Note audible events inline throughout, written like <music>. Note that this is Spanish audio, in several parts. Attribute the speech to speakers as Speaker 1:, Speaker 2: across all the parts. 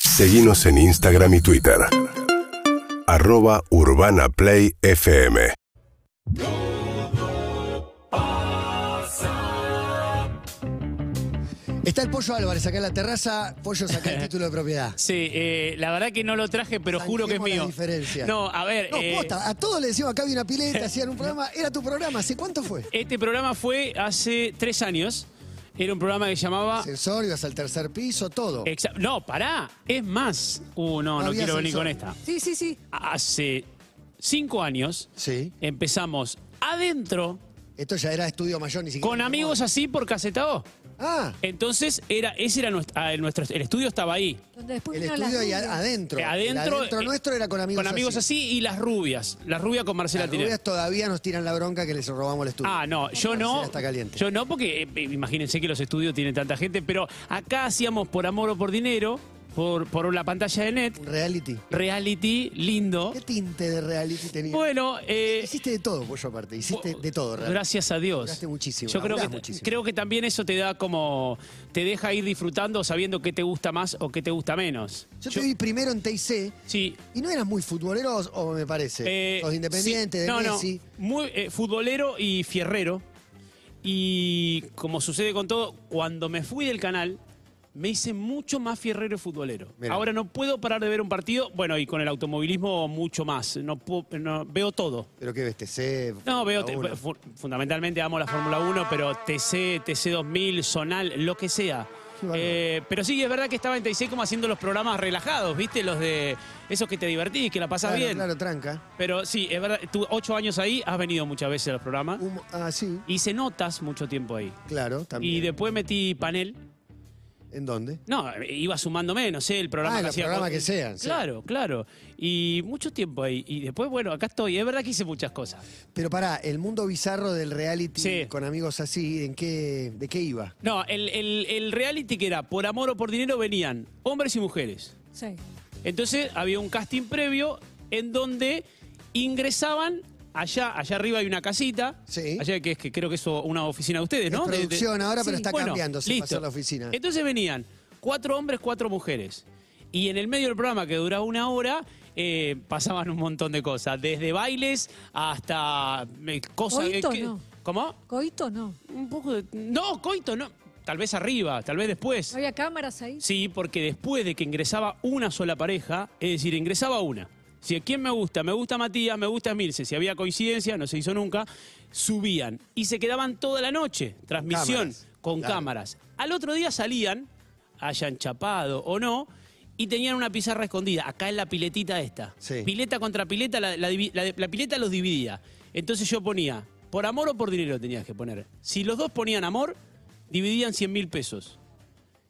Speaker 1: Seguimos en Instagram y Twitter. Arroba Urbana Play FM.
Speaker 2: Está el Pollo Álvarez acá en la terraza. Pollo, saca
Speaker 3: <laughs>
Speaker 2: el título de propiedad.
Speaker 3: Sí, eh, la verdad que no lo traje, pero juro que es
Speaker 2: Zanjemos la
Speaker 3: mío.
Speaker 2: diferencia.
Speaker 3: No, a ver.
Speaker 2: No,
Speaker 3: eh,
Speaker 2: posta, a todos le decíamos acá había una
Speaker 3: <laughs>
Speaker 2: pileta, hacían un programa. Era tu programa, ¿hace cuánto fue?
Speaker 3: este programa fue hace tres años. Era un programa que llamaba.
Speaker 2: Ascensor, ibas al tercer piso, todo.
Speaker 3: Exa- No, pará. Es más. Uh, no, no
Speaker 2: Había
Speaker 3: quiero venir
Speaker 2: ascensor.
Speaker 3: con esta.
Speaker 4: Sí, sí, sí.
Speaker 3: Hace cinco años
Speaker 2: Sí.
Speaker 3: empezamos adentro
Speaker 2: Esto ya era estudio mayor, ni siquiera.
Speaker 3: con amigos así por casetado.
Speaker 2: Ah,
Speaker 3: Entonces era ese era nuestro, ah, el nuestro el estudio estaba ahí.
Speaker 4: Donde después
Speaker 2: el
Speaker 4: vino la
Speaker 2: estudio y
Speaker 4: rubia.
Speaker 2: a- adentro.
Speaker 3: Eh, adentro,
Speaker 2: El adentro
Speaker 3: eh,
Speaker 2: nuestro era con amigos
Speaker 3: con amigos así. y las rubias, la rubia con Marcela
Speaker 2: Las
Speaker 3: Tinelli.
Speaker 2: rubias todavía nos tiran la bronca que les robamos el estudio.
Speaker 3: Ah, no, yo
Speaker 2: Marcela
Speaker 3: no.
Speaker 2: está caliente.
Speaker 3: Yo no, porque eh, eh, imagínense que los estudios tienen tanta gente, pero acá hacíamos por amor o por dinero, por, por la pantalla de net,
Speaker 2: Un reality.
Speaker 3: reality lindo.
Speaker 2: ¿Qué tinte de reality tenías?
Speaker 3: Bueno, eh,
Speaker 2: Hiciste de todo, Pollo, aparte. Hiciste de todo, reality.
Speaker 3: gracias a Dios.
Speaker 2: Duraste muchísimo,
Speaker 3: Yo creo que,
Speaker 2: laburás muchísimo.
Speaker 3: creo que también eso te da como. te deja ir disfrutando sabiendo qué te gusta más o qué te gusta menos.
Speaker 2: Yo te vi primero en TIC.
Speaker 3: Sí.
Speaker 2: Y no eras muy futbolero, o me parece.
Speaker 3: Eh,
Speaker 2: Los independientes, de
Speaker 3: sí, no, no,
Speaker 2: Messi.
Speaker 3: muy eh, futbolero y fierrero. Y como sucede con todo, cuando me fui del canal, me hice mucho más fierrero y futbolero.
Speaker 2: Mirá.
Speaker 3: Ahora no puedo parar de ver un partido, bueno, y con el automovilismo mucho más. No, puedo- no- veo todo.
Speaker 2: Pero que ves TC.
Speaker 3: No, veo, te-
Speaker 2: Fórmula uno.
Speaker 3: fu- fundamentalmente amo la Fórmula 1, pero TC, TC2000, Zonal, lo que sea.
Speaker 2: Qué bárbaro.
Speaker 3: Eh, pero sí, es verdad que estaba en TC como haciendo los programas relajados, ¿viste? Los de esos que te divertís, que la pasás
Speaker 2: Claro,
Speaker 3: bien.
Speaker 2: Claro, tranca.
Speaker 3: Pero sí, es verdad, tú ocho años ahí, has venido muchas veces al programa.
Speaker 2: Humo- ah, sí,
Speaker 3: Hice notas mucho tiempo ahí.
Speaker 2: claro, también.
Speaker 3: Y después metí panel.
Speaker 2: ¿En dónde?
Speaker 3: No, iba sumando menos, ¿eh? El programa
Speaker 2: Ah,
Speaker 3: que
Speaker 2: los
Speaker 3: hacía
Speaker 2: programas
Speaker 3: con-
Speaker 2: que sean, sí.
Speaker 3: Claro, claro. Y mucho tiempo ahí. Y después, bueno, acá estoy. Es verdad que hice muchas cosas.
Speaker 2: Pero pará, el mundo bizarro del reality
Speaker 3: Sí.
Speaker 2: con amigos así, ¿en qué, ¿de qué iba?
Speaker 3: No, el, el- el reality que era por amor o por dinero venían hombres y mujeres.
Speaker 4: Sí.
Speaker 3: Entonces había un casting previo en donde ingresaban. Allá, allá arriba hay una casita.
Speaker 2: Sí.
Speaker 3: Allá que es que creo que es una oficina de ustedes,
Speaker 2: Es
Speaker 3: ¿no? De- de-
Speaker 2: producción ahora, pero
Speaker 3: Sí.
Speaker 2: está
Speaker 3: Bueno,
Speaker 2: cambiando, se
Speaker 3: listo.
Speaker 2: pasó a la oficina.
Speaker 3: Entonces venían cuatro hombres, cuatro mujeres. Y en el medio del programa, que duraba una hora, eh, pasaban un montón de cosas. Desde bailes hasta eh, cosas.
Speaker 4: Coito,
Speaker 3: que-
Speaker 4: no.
Speaker 3: ¿Cómo?
Speaker 4: Coito no.
Speaker 3: Un poco de. No, coito, no. Tal vez arriba, tal vez después.
Speaker 4: ¿No había cámaras ahí?
Speaker 3: Sí, porque después de que ingresaba una sola pareja, es decir, ingresaba una. Si a quién me gusta, me gusta Matías, me gusta Milce, si había coincidencia, no se hizo nunca, subían y se quedaban toda la noche, transmisión,
Speaker 2: Cámaras,
Speaker 3: con
Speaker 2: claro.
Speaker 3: cámaras. Al otro día salían, hayan chapado o no, y tenían una pizarra escondida, acá en la piletita esta.
Speaker 2: Sí.
Speaker 3: Pileta contra pileta, la, la divi- la- la pileta los dividía. Entonces yo ponía, por amor o por dinero tenías que poner. Si los dos ponían amor, dividían 100 mil pesos.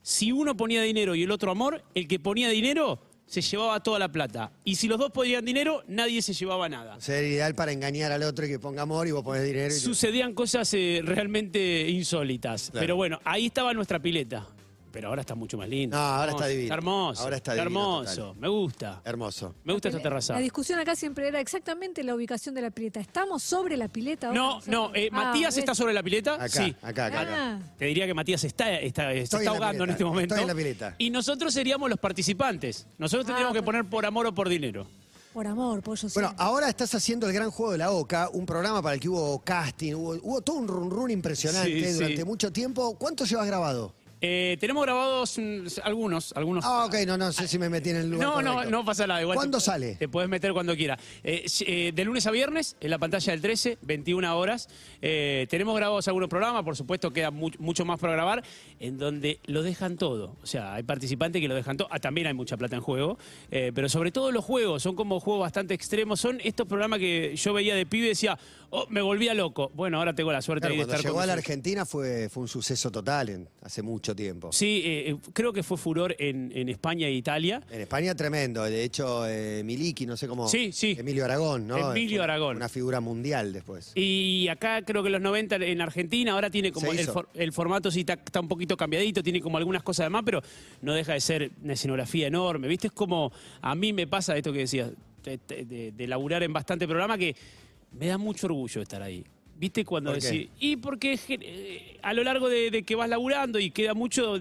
Speaker 3: Si uno ponía dinero y el otro amor, el que ponía dinero se llevaba toda la plata. Y si los dos ponían dinero, nadie se llevaba nada.
Speaker 2: O sea, era ideal para engañar al otro y que ponga amor y vos ponés dinero. y-
Speaker 3: Sucedían cosas eh, realmente insólitas.
Speaker 2: Claro.
Speaker 3: Pero bueno, ahí estaba nuestra pileta. Pero ahora está mucho más linda.
Speaker 2: No, ahora
Speaker 3: Hermoso,
Speaker 2: está divino.
Speaker 3: hermoso.
Speaker 2: Ahora está divino,
Speaker 3: hermoso.
Speaker 2: total.
Speaker 3: Me gusta.
Speaker 2: Hermoso.
Speaker 3: Me gusta esta
Speaker 4: La pile-
Speaker 3: terraza.
Speaker 4: La discusión acá siempre era exactamente la ubicación de la pileta. ¿Estamos sobre la pileta ahora?
Speaker 3: No,
Speaker 4: Nosotros-
Speaker 3: no. eh,
Speaker 4: Ah,
Speaker 3: Matías
Speaker 4: ¿ves?
Speaker 3: está sobre la pileta.
Speaker 2: Acá,
Speaker 3: Ah, sí.
Speaker 2: acá, acá, acá.
Speaker 4: Ah,
Speaker 3: Te diría que Matías está, está, se
Speaker 2: Estoy
Speaker 3: está
Speaker 2: en la
Speaker 3: ahogando en
Speaker 2: pileta,
Speaker 3: este momento.
Speaker 2: estoy en la pileta.
Speaker 3: Y nosotros seríamos los participantes. Nosotros
Speaker 4: Ah,
Speaker 3: tendríamos que poner
Speaker 4: perfecto.
Speaker 3: por amor o por dinero.
Speaker 4: por amor, pollo.
Speaker 2: Bueno,
Speaker 4: siempre.
Speaker 2: ahora estás haciendo el gran juego de la OCA, un programa para el que hubo casting, hubo, hubo todo un run run impresionante
Speaker 3: Sí, sí.
Speaker 2: durante mucho tiempo. ¿Cuánto llevas grabado?
Speaker 3: Eh, tenemos grabados mm, algunos, algunos.
Speaker 2: Ah, ok, no, no sé si me metí en el lugar.
Speaker 3: no, no,
Speaker 2: correcto.
Speaker 3: no pasa nada. Igual
Speaker 2: ¿Cuándo
Speaker 3: te-
Speaker 2: sale?
Speaker 3: Te puedes meter cuando quieras. Eh, si- eh, de lunes a viernes, en la pantalla del 13, 21 horas. Eh, tenemos grabados algunos programas, por supuesto, queda mu- mucho más para grabar, en donde lo dejan todo. O sea, hay participantes que lo dejan todo. Ah, también hay mucha plata en juego. eh, pero sobre todo los juegos, son como juegos bastante extremos. Son estos programas que yo veía de pibe y decía, oh, me volvía loco. Bueno, ahora tengo la suerte
Speaker 2: Claro,
Speaker 3: ahí de
Speaker 2: cuando
Speaker 3: estar
Speaker 2: llegó
Speaker 3: con
Speaker 2: a la
Speaker 3: ustedes.
Speaker 2: Argentina fue, fue un suceso total en- hace mucho tiempo.
Speaker 3: Sí, eh, eh, creo que fue furor en, en España e Italia.
Speaker 2: En España tremendo, de hecho eh, Miliki, no sé cómo.
Speaker 3: Sí, sí.
Speaker 2: Emilio Aragón, ¿no?
Speaker 3: Emilio
Speaker 2: Fue
Speaker 3: Aragón.
Speaker 2: Una figura mundial después.
Speaker 3: Y acá creo que los 90 en Argentina ahora tiene como
Speaker 2: Se
Speaker 3: el,
Speaker 2: hizo.
Speaker 3: for- el formato sí está, está un poquito cambiadito, tiene como algunas cosas además, pero no deja de ser una escenografía enorme. ¿Viste? Es como a mí me pasa esto que decías, de, de- de- de laburar en bastante programa que me da mucho orgullo estar ahí. ¿Viste? Cuando
Speaker 2: ¿Por qué?
Speaker 3: decís. Y porque eh, a lo largo de, de que vas laburando y queda mucho.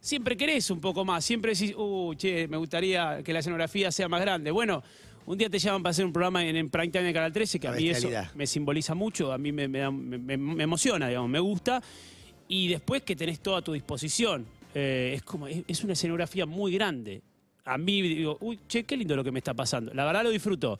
Speaker 3: siempre querés un poco más, siempre decís, uh, che, me gustaría que la escenografía sea más grande. Bueno, un día te llaman para hacer un programa en, en Prime Time de Canal 13, que
Speaker 2: La
Speaker 3: a mí eso
Speaker 2: bestialidad.
Speaker 3: me simboliza mucho, a mí me, me da- me- me- me emociona, digamos, me gusta. Y después que tenés todo a tu disposición, eh, es como, es, es una escenografía muy grande. A mí digo, uy, che, qué lindo lo que me está pasando. La verdad lo disfruto.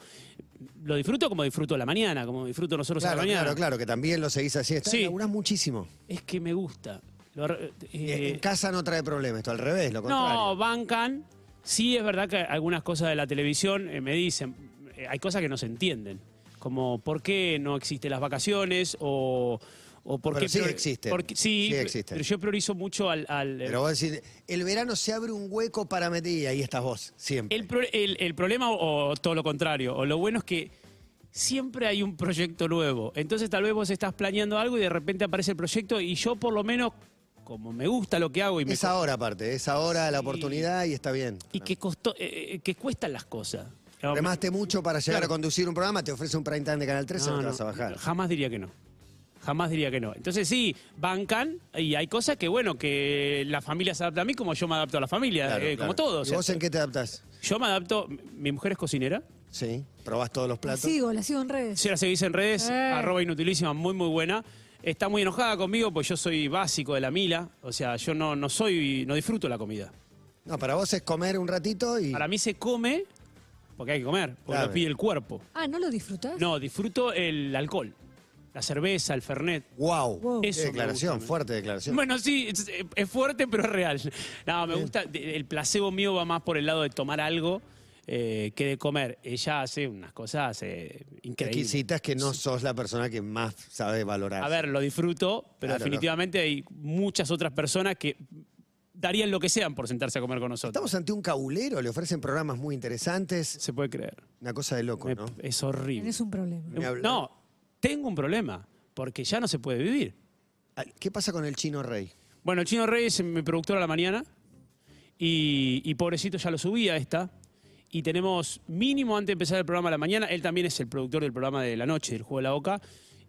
Speaker 3: Lo disfruto como disfruto la mañana, como disfruto nosotros
Speaker 2: Claro,
Speaker 3: a la mañana.
Speaker 2: claro, claro, que también lo seguís así. Está,
Speaker 3: Sí.
Speaker 2: laburás muchísimo.
Speaker 3: Es que me gusta. Lo re- eh,
Speaker 2: en casa no trae problema esto, al revés, lo contrario.
Speaker 3: no, bancan. Sí, es verdad que algunas cosas de la televisión eh, me dicen, eh, hay cosas que no se entienden, como por qué no existen las vacaciones o, o por
Speaker 2: Pero
Speaker 3: qué...
Speaker 2: sí
Speaker 3: prior-
Speaker 2: existen,
Speaker 3: porque- sí,
Speaker 2: sí existen.
Speaker 3: pero yo priorizo mucho al... al- eh,
Speaker 2: Pero vos decís, el verano se abre un hueco para meter y ahí estás vos, siempre.
Speaker 3: el, pro- el- el problema o, o todo lo contrario, o lo bueno es que siempre hay un proyecto nuevo. Entonces tal vez vos estás planeando algo y de repente aparece el proyecto y yo por lo menos, como me gusta lo que hago y me...
Speaker 2: Es ahora aparte, es ahora la
Speaker 3: Sí.
Speaker 2: oportunidad y está bien.
Speaker 3: Y que, costó, eh, eh, que cuestan las cosas.
Speaker 2: Remaste mucho para llegar
Speaker 3: Claro.
Speaker 2: a conducir un programa, te ofrece un prime time de Canal 13, no,
Speaker 3: No,
Speaker 2: te
Speaker 3: no, Eh,
Speaker 2: vas a bajar.
Speaker 3: Jamás diría que no. Jamás diría que no. Entonces sí, bancan y hay cosas que, bueno, que la familia se adapta a mí como yo me adapto a la familia,
Speaker 2: Claro,
Speaker 3: eh, como
Speaker 2: claro.
Speaker 3: todos.
Speaker 2: ¿Y vos en qué te adaptás?
Speaker 3: Yo me adapto, mi mujer es cocinera,
Speaker 2: Sí, probás todos los
Speaker 4: La
Speaker 2: platos.
Speaker 4: sigo, la sigo en redes.
Speaker 3: si la seguís en redes,
Speaker 4: Sí.
Speaker 3: arroba inutilísima, muy muy buena. Está muy enojada conmigo pues yo soy básico de la mila, o sea, yo no, no soy, no disfruto la comida.
Speaker 2: No, para vos es comer un ratito y
Speaker 3: Para mí se come, porque hay que comer, porque
Speaker 2: Claro.
Speaker 3: lo pide el cuerpo.
Speaker 4: Ah, ¿no lo disfrutás?
Speaker 3: No, disfruto el alcohol, la cerveza, el fernet.
Speaker 2: wow.
Speaker 4: Wow.
Speaker 2: Qué
Speaker 3: Eso me
Speaker 2: declaración,
Speaker 3: gusta.
Speaker 2: fuerte declaración.
Speaker 3: Bueno, sí, es, eh, es fuerte, pero es real. No, me gusta, de- el placebo mío va más por el lado de tomar algo eh, que de comer. Ella hace unas cosas eh, increíbles.
Speaker 2: Requisitas que no sos la persona que más sabe valorar.
Speaker 3: A ver, lo disfruto, pero
Speaker 2: Claro,
Speaker 3: definitivamente hay muchas otras personas que darían lo que sean por sentarse a comer con nosotros.
Speaker 2: Estamos ante un cabulero, le ofrecen programas muy interesantes.
Speaker 3: Se puede creer.
Speaker 2: Una cosa de loco,
Speaker 3: Me-
Speaker 2: ¿no?
Speaker 3: Es horrible.
Speaker 4: Tenés un problema.
Speaker 2: Ni hablar.
Speaker 3: No, tengo un problema, porque ya no se puede vivir.
Speaker 2: Ah, ¿Qué pasa con el chino rey?
Speaker 3: Bueno, el Chino Reyes es mi productor a la mañana y, y pobrecito ya lo subí a esta. Y tenemos mínimo antes de empezar el programa a la mañana, él también es el productor del programa de la noche, del Juego de la Oca,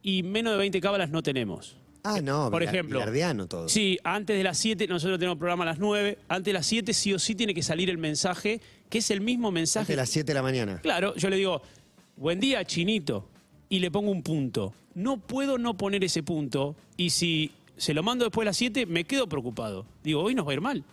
Speaker 3: y menos de 20 cábalas no tenemos.
Speaker 2: Ah, no,
Speaker 3: Eh, Por
Speaker 2: bila-
Speaker 3: ejemplo.
Speaker 2: bilardiano todo.
Speaker 3: Sí, antes de las 7, nosotros tenemos programa a las 9, antes de las 7 sí o sí tiene que salir el mensaje, que es el mismo
Speaker 2: Antes
Speaker 3: mensaje.
Speaker 2: de las 7 de la mañana.
Speaker 3: Claro, yo le digo, buen día, chinito, y le pongo un punto. No puedo no poner ese punto, y si se lo mando después de las 7, me quedo preocupado. Digo, hoy nos va a ir mal.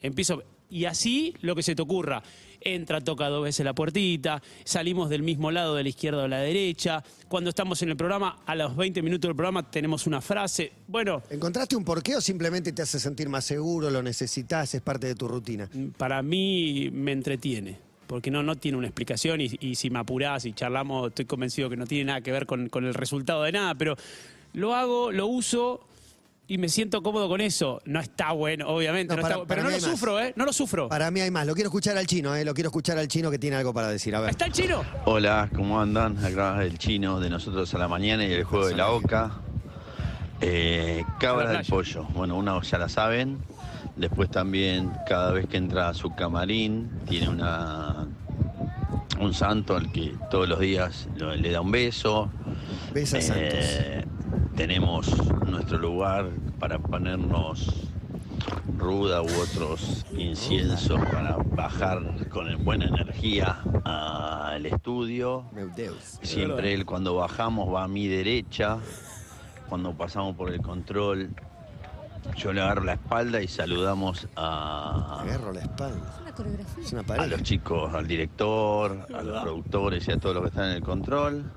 Speaker 3: Empiezo. Y así lo que se te ocurra. Entra, toca dos veces la puertita, salimos del mismo lado, de la izquierda o la derecha. Cuando estamos en el programa, a los 20 minutos del programa tenemos una frase. Bueno,
Speaker 2: ¿Encontraste un porqué o simplemente te hace sentir más seguro, lo necesitas, es parte de tu rutina?
Speaker 3: para mí me entretiene, porque no, no tiene una explicación y, y si me apurás y charlamos, estoy convencido que no tiene nada que ver con, con el resultado de nada, pero lo hago, lo uso y me siento cómodo con eso. No está bueno, obviamente,
Speaker 2: No,
Speaker 3: no
Speaker 2: para-
Speaker 3: está bu-
Speaker 2: para
Speaker 3: pero no
Speaker 2: mí
Speaker 3: lo
Speaker 2: hay más.
Speaker 3: sufro, ¿eh? No lo sufro.
Speaker 2: Para mí hay más. Lo quiero escuchar al chino, ¿eh? Lo quiero escuchar al chino que tiene algo para decir. A ver.
Speaker 3: ¿Está el chino?
Speaker 5: Hola, ¿cómo andan? Acá el chino de nosotros a la mañana y el juego de la OCA. Eh,
Speaker 3: A
Speaker 5: cabra
Speaker 3: la
Speaker 5: del
Speaker 3: playa.
Speaker 5: pollo. Bueno, una ya la saben. Después también, cada vez que entra a su camarín, tiene una un santo al que todos los días lo- le da un beso.
Speaker 2: Besa a Santos.
Speaker 5: Eh, tenemos nuestro lugar para ponernos ruda u otros inciensos para bajar con buena energía al estudio.
Speaker 2: Meu Deus.
Speaker 5: Siempre él cuando bajamos va a mi derecha, cuando pasamos por el control, yo le agarro la espalda y saludamos a,
Speaker 2: Agarro la espalda.
Speaker 4: Es una coreografía.
Speaker 2: Es una
Speaker 5: a los
Speaker 2: pared.
Speaker 5: chicos, al director, a los productores y a todos los que están en el control.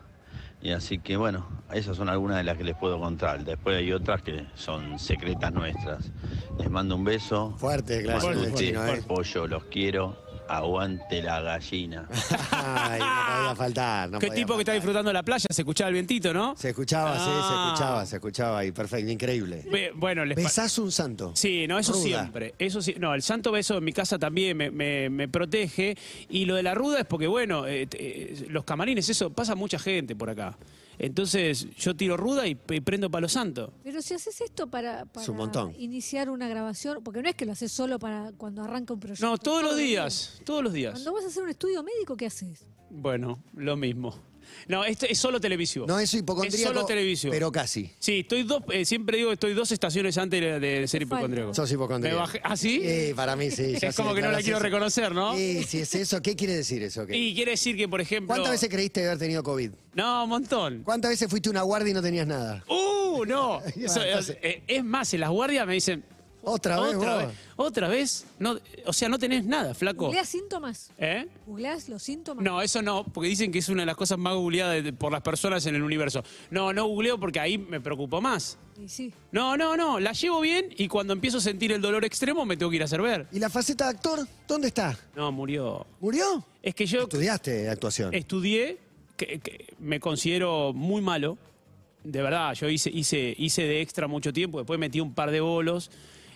Speaker 5: Y así que bueno, esas son algunas de las que les puedo contar. Después hay otras que son secretas nuestras. Les mando un beso.
Speaker 2: Fuerte, gracias,
Speaker 5: Matute,
Speaker 2: chino, ¿eh?
Speaker 5: pollo, los quiero. Aguante la gallina.
Speaker 2: Ay, no podía faltar. no
Speaker 3: ¿Qué
Speaker 2: podía
Speaker 3: tipo que está
Speaker 2: faltar.
Speaker 3: disfrutando la playa? Se escuchaba el vientito, ¿no?
Speaker 2: Se escuchaba, sí,
Speaker 3: Ah.
Speaker 2: se escuchaba, se escuchaba ahí. Perfecto, increíble.
Speaker 3: Ve- Bueno, les pa-
Speaker 2: Besás un santo.
Speaker 3: Sí, no, eso
Speaker 2: Ruda.
Speaker 3: siempre. Eso sí, no, el santo beso en mi casa también me, me- me protege. Y lo de la ruda es porque, bueno, eh, te- eh, los camarines, eso pasa mucha gente por acá. Entonces yo tiro ruda y, p- prendo palo santo.
Speaker 4: Pero si haces esto para, para
Speaker 2: un montón.
Speaker 4: iniciar una grabación, porque no es que lo haces solo para cuando arranca un proyecto.
Speaker 3: No, todos los
Speaker 4: Todo el
Speaker 3: días, todos los días.
Speaker 4: Cuando vas a hacer un estudio médico, ¿qué haces?
Speaker 3: Bueno, lo mismo. No, esto es solo televisivo.
Speaker 2: No es hipocondríaco.
Speaker 3: Es solo televisivo.
Speaker 2: Pero casi.
Speaker 3: Sí, estoy dos, eh, siempre digo que estoy dos estaciones antes de, de ser
Speaker 4: Falta.
Speaker 3: hipocondríaco.
Speaker 2: Sos hipocondríaco.
Speaker 3: Me bajé- ¿Ah, sí?
Speaker 2: Eh, para mí
Speaker 3: <laughs>
Speaker 2: sí. ya
Speaker 3: es
Speaker 2: si
Speaker 3: como que no la
Speaker 2: declaras
Speaker 3: quiero
Speaker 2: eso.
Speaker 3: reconocer, ¿no?
Speaker 2: Eh, si es eso, ¿qué quiere decir eso? ¿Qué?
Speaker 3: Y quiere decir que, por ejemplo...
Speaker 2: ¿Cuántas veces creíste haber tenido COVID?
Speaker 3: No, un montón.
Speaker 2: ¿Cuántas veces fuiste una guardia y no tenías nada?
Speaker 3: ¡Uh,
Speaker 2: <laughs>
Speaker 3: no!
Speaker 2: Y
Speaker 3: Eso,
Speaker 2: entonces-
Speaker 3: eh, es más, en las guardias me dicen...
Speaker 2: Otra vez,
Speaker 3: Otra
Speaker 2: vos.
Speaker 3: vez. Otra vez. No, o sea, no tenés nada, flaco.
Speaker 4: Googleás síntomas.
Speaker 3: ¿Eh?
Speaker 4: Googleás los síntomas.
Speaker 3: No, eso no, porque dicen que es una de las cosas más googleadas de- de- por las personas en el universo. No, no googleo porque ahí me preocupo más.
Speaker 4: Y sí.
Speaker 3: No, no, no, la llevo bien y cuando empiezo a sentir el dolor extremo me tengo que ir a hacer ver.
Speaker 2: ¿Y la faceta de actor? ¿Dónde está?
Speaker 3: No, murió.
Speaker 2: ¿Murió?
Speaker 3: Es que yo
Speaker 2: Estudiaste actuación.
Speaker 3: estudié, que, que me considero muy malo. De verdad, yo hice, hice, hice de extra mucho tiempo, después metí un par de bolos.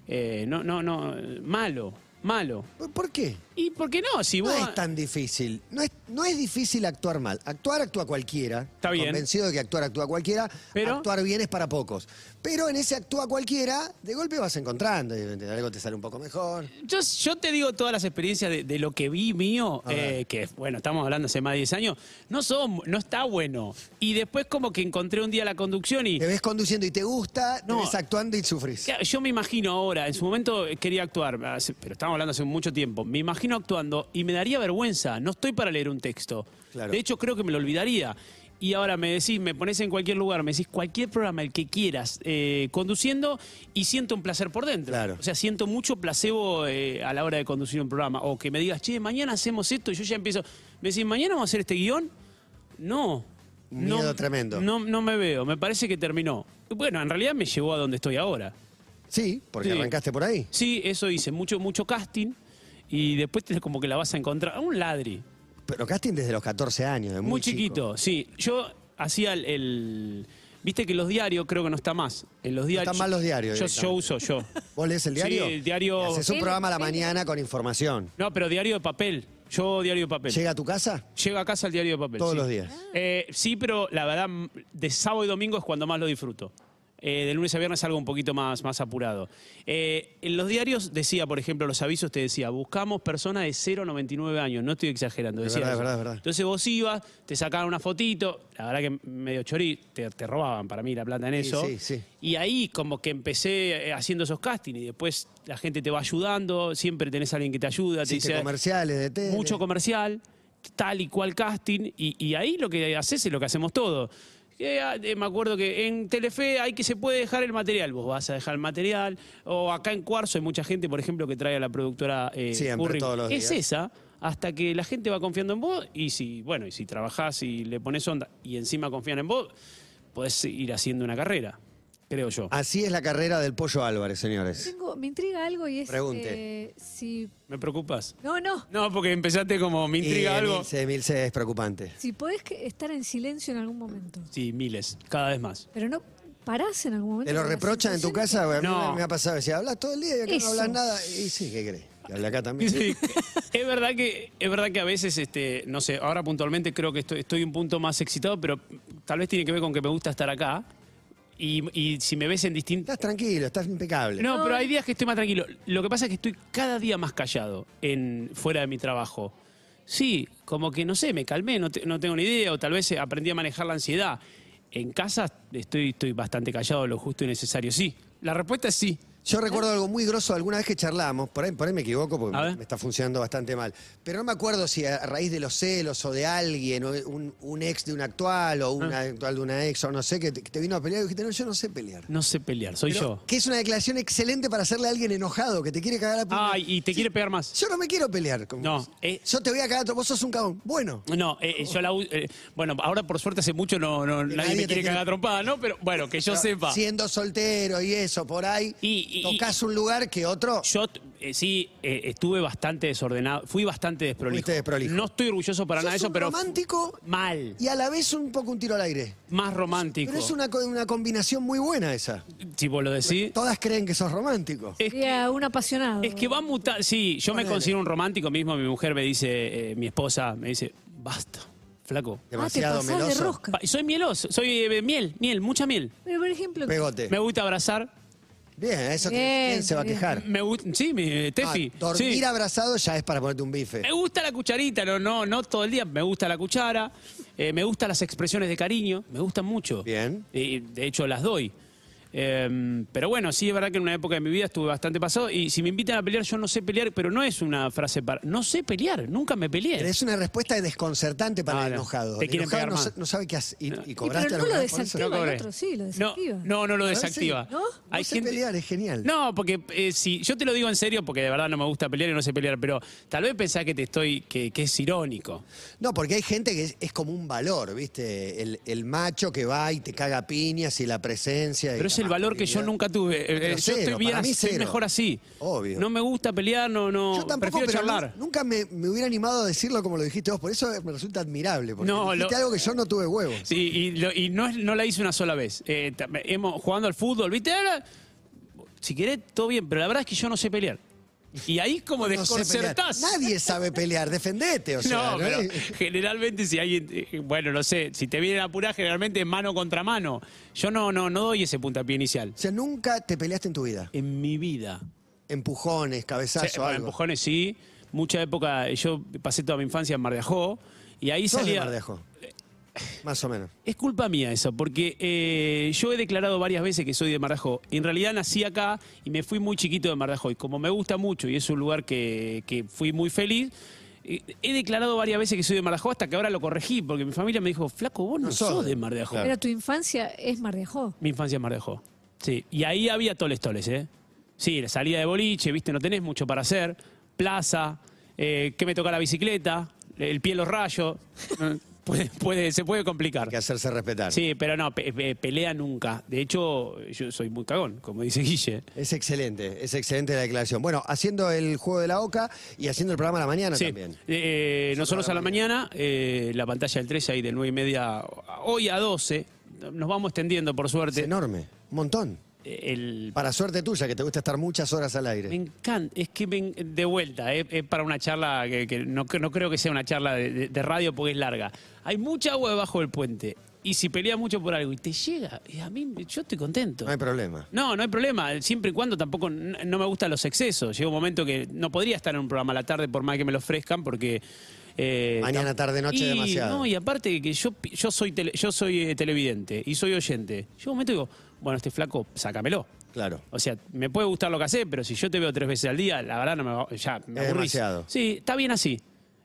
Speaker 3: Eh, no, no, no, malo, malo.
Speaker 2: ¿Por- ¿Por qué?
Speaker 3: ¿Y por qué no? Si
Speaker 2: No
Speaker 3: vos...
Speaker 2: es tan difícil. No es, no es difícil actuar mal. Actuar actúa cualquiera.
Speaker 3: Está bien.
Speaker 2: Convencido de que actuar actúa cualquiera.
Speaker 3: Pero-
Speaker 2: Actuar bien es para pocos. Pero en ese actúa cualquiera, de golpe vas encontrando. y de Algo te sale un poco mejor.
Speaker 3: Yo, yo te digo todas las experiencias de, de lo que vi mío,
Speaker 2: A ver.
Speaker 3: eh, que bueno, estamos hablando hace más de 10 años, no son, no está bueno. Y después como que encontré un día la conducción y
Speaker 2: Te ves conduciendo y te gusta,
Speaker 3: No.
Speaker 2: te ves actuando y sufrís.
Speaker 3: Claro, yo me imagino ahora, en su momento eh, quería actuar, hace- pero estamos hablando hace mucho tiempo, me imagino actuando y me daría vergüenza, no estoy para leer un texto.
Speaker 2: Claro.
Speaker 3: De hecho, creo que me lo olvidaría. Y ahora me decís, me pones en cualquier lugar, me decís cualquier programa, el que quieras, eh, conduciendo y siento un placer por dentro.
Speaker 2: Claro.
Speaker 3: O sea, siento mucho placebo eh, a la hora de conducir un programa. O que me digas, che, mañana hacemos esto y yo ya empiezo. Me decís, mañana vamos a hacer este guión. No.
Speaker 2: Un
Speaker 3: no,
Speaker 2: miedo tremendo.
Speaker 3: No, no me veo, me parece que terminó. Bueno, en realidad me llevó a donde estoy ahora.
Speaker 2: Sí, porque
Speaker 3: Sí.
Speaker 2: arrancaste por ahí.
Speaker 3: Sí, eso hice, mucho, mucho casting. Y después te- como que la vas a encontrar. Un ladri.
Speaker 2: Pero casting desde los 14 años, de muy,
Speaker 3: Muy, chiquito. Sí. Yo hacía el, el- Viste que los diarios creo que no está más. En los diarios.
Speaker 2: están más los diarios,
Speaker 3: Yo, yo uso,
Speaker 2: <laughs>
Speaker 3: yo.
Speaker 2: ¿Vos lees el
Speaker 3: Sí,
Speaker 2: diario?
Speaker 3: el diario-
Speaker 2: Y Haces un
Speaker 4: Sí,
Speaker 2: programa a la
Speaker 4: sí.
Speaker 2: mañana con información.
Speaker 3: No, pero diario de papel. Yo diario de papel.
Speaker 2: ¿Llega a tu casa?
Speaker 3: Llego a casa el diario de papel.
Speaker 2: Todos
Speaker 3: sí.
Speaker 2: los días.
Speaker 3: Eh, sí, pero la verdad, m- de sábado y domingo es cuando más lo disfruto. Eh, de lunes a viernes algo un poquito más, más apurado. Eh, en los diarios decía, por ejemplo, los avisos te decía, buscamos personas de 0 a 99 años, no estoy exagerando.
Speaker 2: Es
Speaker 3: decía
Speaker 2: verdad,
Speaker 3: eso.
Speaker 2: es verdad, es verdad.
Speaker 3: Entonces vos ibas, te sacaban una fotito, la verdad que medio chorí, te, te robaban para mí la plata en
Speaker 2: Sí,
Speaker 3: eso.
Speaker 2: sí, sí.
Speaker 3: Y ahí como que empecé eh, haciendo esos castings y después la gente te va ayudando, siempre tenés a alguien que te ayuda, te
Speaker 2: Hiciste
Speaker 3: dice,
Speaker 2: comerciales de tele.
Speaker 3: mucho comercial, tal y cual casting, y, y ahí lo que haces es lo que hacemos todos. Que, ah, eh, me acuerdo que en Telefe hay que se puede dejar el material, vos vas a dejar el material, o acá en Cuarzo hay mucha gente, por ejemplo, que trae a la productora eh,
Speaker 2: Siempre,
Speaker 3: Curry.
Speaker 2: todos los
Speaker 3: Es
Speaker 2: días.
Speaker 3: esa, hasta que la gente va confiando en vos, y si, bueno, y si trabajás y le pones onda, y encima confían en vos, podés ir haciendo una carrera, creo yo.
Speaker 2: Así es la carrera del Pollo Álvarez, señores.
Speaker 4: Tengo- me intriga algo y es.
Speaker 2: Pregunte.
Speaker 4: eh, si.
Speaker 3: ¿Me preocupas?
Speaker 4: No, no.
Speaker 3: No, porque empezaste como, me intriga
Speaker 2: Y
Speaker 3: algo.
Speaker 2: Emilce, Emilce es preocupante.
Speaker 4: Si podés que- estar en silencio en algún momento.
Speaker 3: Sí, miles, cada vez más.
Speaker 4: Pero no parás en algún momento.
Speaker 2: ¿Te lo
Speaker 4: con la
Speaker 2: reprochan en tu
Speaker 4: situación
Speaker 2: casa? A mí
Speaker 3: No.
Speaker 2: me ha pasado, decía, hablas todo el día y acá no
Speaker 4: Eso.
Speaker 2: hablas nada. Y sí, ¿qué crees? Que habla acá también.
Speaker 3: <laughs> Sí. es verdad que es verdad que a veces este no sé ahora puntualmente creo que estoy, estoy un punto más excitado pero tal vez tiene que ver con que me gusta estar acá y, y si me ves en distintas
Speaker 2: Estás tranquilo, estás impecable.
Speaker 3: no pero hay días que estoy más tranquilo lo que pasa es que estoy cada día más callado en fuera de mi trabajo sí como que no sé me calmé no, te- no tengo ni idea o tal vez aprendí a manejar la ansiedad en casa estoy estoy bastante callado lo justo y necesario sí la respuesta es sí
Speaker 2: Yo recuerdo algo muy grosso alguna vez que charlamos, por ahí, por ahí me equivoco porque
Speaker 3: A
Speaker 2: me,
Speaker 3: ver.
Speaker 2: me está funcionando bastante mal, pero no me acuerdo si a raíz de los celos o de alguien, o un, un ex de un actual
Speaker 3: Ah.
Speaker 2: o un actual de una ex o no sé, que te, que te vino a pelear y dijiste, no, yo no sé pelear.
Speaker 3: no sé pelear soy
Speaker 2: Pero,
Speaker 3: yo
Speaker 2: Que es una declaración excelente para hacerle a alguien enojado que te quiere cagar a puño.
Speaker 3: ay y te quiere pegar más
Speaker 2: Yo no me quiero pelear. con
Speaker 3: No,
Speaker 2: vos.
Speaker 3: eh.
Speaker 2: yo te voy a cagar, a tro- vos sos un cagón. Bueno,
Speaker 3: No, eh, eh, yo la u- eh, bueno, ahora por suerte hace mucho no, no- nadie,
Speaker 2: nadie te
Speaker 3: me quiere
Speaker 2: quiere-
Speaker 3: cagar a trompada, ¿no? Pero bueno, que yo sepa.
Speaker 2: siendo soltero y eso, por ahí,
Speaker 3: Y- y-
Speaker 2: tocas un lugar que otro.
Speaker 3: Yo t- eh, sí eh, estuve bastante desordenado, fui bastante desprolijo.
Speaker 2: Fuiste desprolijo.
Speaker 3: No estoy orgulloso para
Speaker 2: Sos
Speaker 3: nada de eso,
Speaker 2: un
Speaker 3: pero
Speaker 2: romántico
Speaker 3: mal,
Speaker 2: y a la vez un poco un tiro al aire.
Speaker 3: más romántico.
Speaker 2: Pero es una, co- una combinación muy buena esa.
Speaker 3: Si vos lo decís.
Speaker 2: Todas creen que sos romántico.
Speaker 3: Es
Speaker 4: Y a un apasionado.
Speaker 3: Es que va a mutar. Sí, yo me
Speaker 2: Ponele.
Speaker 3: considero un romántico mismo. Mi mujer me dice, eh, mi esposa me dice, basta, flaco.
Speaker 4: Ah, te
Speaker 2: Demasiado
Speaker 4: pasás de
Speaker 2: meloso.
Speaker 4: rosca.
Speaker 3: Pa- Soy mieloso, soy eh, miel, miel, mucha miel.
Speaker 4: Pero, por ejemplo,
Speaker 2: Pegote.
Speaker 3: Me gusta abrazar,
Speaker 2: Bien, eso que-
Speaker 4: Bien,
Speaker 2: ¿quién se va a
Speaker 4: bien.
Speaker 2: quejar?
Speaker 3: Me gu- sí, mi, eh, Tefi.
Speaker 2: Ah, dormir
Speaker 3: sí.
Speaker 2: abrazado ya es para ponerte un bife.
Speaker 3: Me gusta la cucharita, no, no, no todo el día. Me gusta la cuchara, eh, me gustan las expresiones de cariño, me gustan mucho.
Speaker 2: Bien.
Speaker 3: Y, de hecho, las doy. Eh, pero bueno, sí es verdad que en una época de mi vida estuve bastante pasado. Y si me invitan a pelear, yo no sé pelear, pero no es una frase para. No sé pelear, nunca me peleé.
Speaker 2: Es una respuesta desconcertante para
Speaker 3: Ah,
Speaker 2: el
Speaker 3: no.
Speaker 2: enojado.
Speaker 3: Te
Speaker 2: El
Speaker 3: quieren
Speaker 2: enojado
Speaker 3: pegar
Speaker 2: no,
Speaker 3: más.
Speaker 2: sa- no sabe qué hacer. Y, y
Speaker 4: Y
Speaker 2: cobraste
Speaker 4: pero no lo
Speaker 2: alguna vez por eso?
Speaker 3: No
Speaker 4: desactiva,
Speaker 3: cobré.
Speaker 4: el otro sí, lo
Speaker 3: No,
Speaker 4: desactiva.
Speaker 3: no, no lo
Speaker 2: ver, sí.
Speaker 3: desactiva.
Speaker 4: ¿No?
Speaker 2: No sé pelear, es genial.
Speaker 3: No, porque eh, si yo te lo digo en serio, porque de verdad no me gusta pelear y no sé pelear, pero tal vez pensás que te estoy, que, que es irónico.
Speaker 2: No, porque hay gente que es, es como un valor, ¿viste? El, el macho que va y te caga piñas y la presencia. y
Speaker 3: Pero es
Speaker 2: la
Speaker 3: el valor que yo
Speaker 2: masculinidad.
Speaker 3: nunca tuve. Eh,
Speaker 2: Pero
Speaker 3: eh, yo estoy
Speaker 2: cero,
Speaker 3: bien,
Speaker 2: para mí
Speaker 3: así, soy
Speaker 2: cero.
Speaker 3: mejor así.
Speaker 2: Obvio.
Speaker 3: No me gusta pelear, no, no.
Speaker 2: Yo tampoco,
Speaker 3: prefiero
Speaker 2: pero
Speaker 3: charlar.
Speaker 2: nu- nunca me, me hubiera animado a decirlo como lo dijiste vos, por eso me resulta admirable, porque
Speaker 3: No,
Speaker 2: dijiste
Speaker 3: lo-
Speaker 2: algo que yo no tuve huevos.
Speaker 3: Sí, y, lo- y no, es- no la hice una sola vez. Eh, ta- hemos jugando al fútbol, ¿viste? Ahora, Si querés, todo bien, pero la verdad es que yo no sé pelear. Y ahí como
Speaker 2: <laughs> No sé pelear.
Speaker 3: desconcertás.
Speaker 2: Nadie sabe pelear, defendete, o
Speaker 3: <laughs>
Speaker 2: sea.
Speaker 3: No, pero
Speaker 2: es-
Speaker 3: generalmente si alguien, eh, bueno, no sé, si te vienen a apurar, generalmente mano contra mano. Yo no, no, no doy ese puntapié inicial.
Speaker 2: O sea, nunca te peleaste en tu vida.
Speaker 3: En mi vida.
Speaker 2: Empujones,
Speaker 3: Sí,
Speaker 2: cabezazo,
Speaker 3: bueno,
Speaker 2: algo.
Speaker 3: empujones sí. Mucha época, yo pasé toda mi infancia en Mar de Ajó. Y ahí
Speaker 2: Sos de
Speaker 3: salía.
Speaker 2: Mar de Ajó. Más o menos.
Speaker 3: Es culpa mía eso, porque eh, yo he declarado varias veces que soy de Marajó. En realidad nací acá y me fui muy chiquito de Marajó. Y como me gusta mucho y es un lugar que, que fui muy feliz, eh, he declarado varias veces que soy de Marajó hasta que ahora lo corregí, porque mi familia me dijo, flaco, vos no, sos, de Marajó.
Speaker 4: Pero tu infancia es Mar de Ajó.
Speaker 3: Mi infancia en Mar de Ajó. Sí, y ahí había toles toles, ¿eh? Sí, la salida de boliche, viste, no tenés mucho para hacer. Plaza, eh, que me toca la bicicleta, el pie en
Speaker 2: <laughs>
Speaker 3: los rayos. Eh, Puede- puede- se puede complicar.
Speaker 2: Hay que hacerse respetar.
Speaker 3: Sí, pero no, pe- pe- pelea nunca. De hecho, yo soy muy cagón, como dice Guille.
Speaker 2: Es excelente, es excelente la declaración. Bueno, haciendo el juego de la OCA y haciendo el programa a la mañana
Speaker 3: Sí,
Speaker 2: también.
Speaker 3: eh, nosotros a la mañana, eh, la pantalla del 13 ahí de 9 y media, a- hoy a 12, nos vamos extendiendo por
Speaker 2: Es
Speaker 3: suerte.
Speaker 2: enorme, un montón.
Speaker 3: El,
Speaker 2: Para suerte tuya, que te gusta estar muchas horas al
Speaker 3: me
Speaker 2: aire.
Speaker 3: encanta, es que me en- de vuelta, eh, es para una charla que, que no, cre- no creo que sea una charla de, de- de radio porque es larga. Hay mucha agua debajo del puente y si peleas mucho por algo y te llega, y a mí yo estoy contento.
Speaker 2: No hay problema.
Speaker 3: No, no hay problema. Siempre y cuando tampoco n- no me gustan los excesos. Llega un momento que no podría estar en un programa a la tarde por más que me lo ofrezcan porque... eh,
Speaker 2: Mañana,
Speaker 3: tam-
Speaker 2: tarde, noche,
Speaker 3: y,
Speaker 2: demasiado.
Speaker 3: No, y aparte que yo, pi- yo soy, tele- yo soy eh, televidente y soy oyente. Llega un momento y digo, bueno, este flaco, sácamelo.
Speaker 2: Claro.
Speaker 3: O sea, me puede gustar lo que hace, pero si yo te veo tres veces al día, la verdad no me va- ya me
Speaker 2: Es
Speaker 3: aburrís.
Speaker 2: demasiado.
Speaker 3: Sí, está bien así.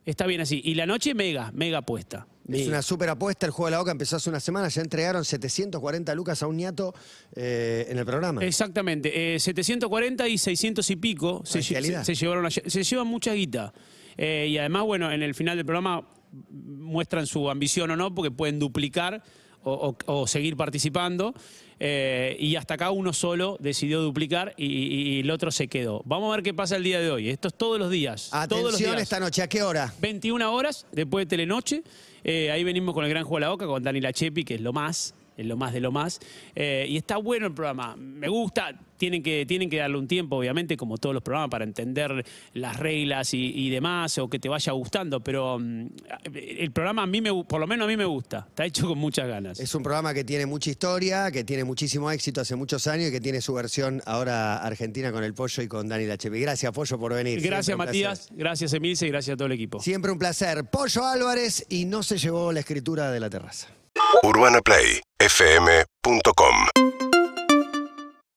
Speaker 3: Está bien así. Y la noche mega, mega puesta.
Speaker 2: Es una super apuesta, el juego de la OCA empezó hace una semana, ya entregaron 740 lucas a un ñato eh, en el programa.
Speaker 3: Exactamente, eh, 740 y 600 y pico se, lle-
Speaker 2: Tranquilidad.
Speaker 3: se- se llevaron a- se llevan mucha guita. Eh, y además, bueno, en el final del programa muestran su ambición o no, porque pueden duplicar o, o- o seguir participando. Eh, y hasta acá uno solo decidió duplicar y, y- y el otro se quedó. Vamos a ver qué pasa el día de hoy. Esto es todos los días. todos los
Speaker 2: Atención
Speaker 3: días.
Speaker 2: esta noche, ¿a qué hora?
Speaker 3: 21 horas después de Telenoche. Eh, ahí venimos con el gran juego de la Oca, con Dani Lachepi, que es lo más, es lo más de lo más. Eh, y está bueno el programa. Me gusta. Tienen que, tienen que darle un tiempo, obviamente, como todos los programas, para entender las reglas y, y demás, o que te vaya gustando. Pero mm, el programa a mí me gu- por lo menos a mí me gusta. Está hecho con muchas ganas.
Speaker 2: Es un programa que tiene mucha historia, que tiene muchísimo éxito hace muchos años y que tiene su versión ahora argentina con el Pollo y con Dani Lachepi. Gracias, Pollo, por venir. Siempre
Speaker 3: Gracias,
Speaker 2: un placer.
Speaker 3: Matías. Gracias, Emilce. y Gracias a todo el equipo.
Speaker 2: Siempre un placer. Pollo Álvarez y no se llevó la escritura de la terraza.
Speaker 1: UrbanaPlayFM.com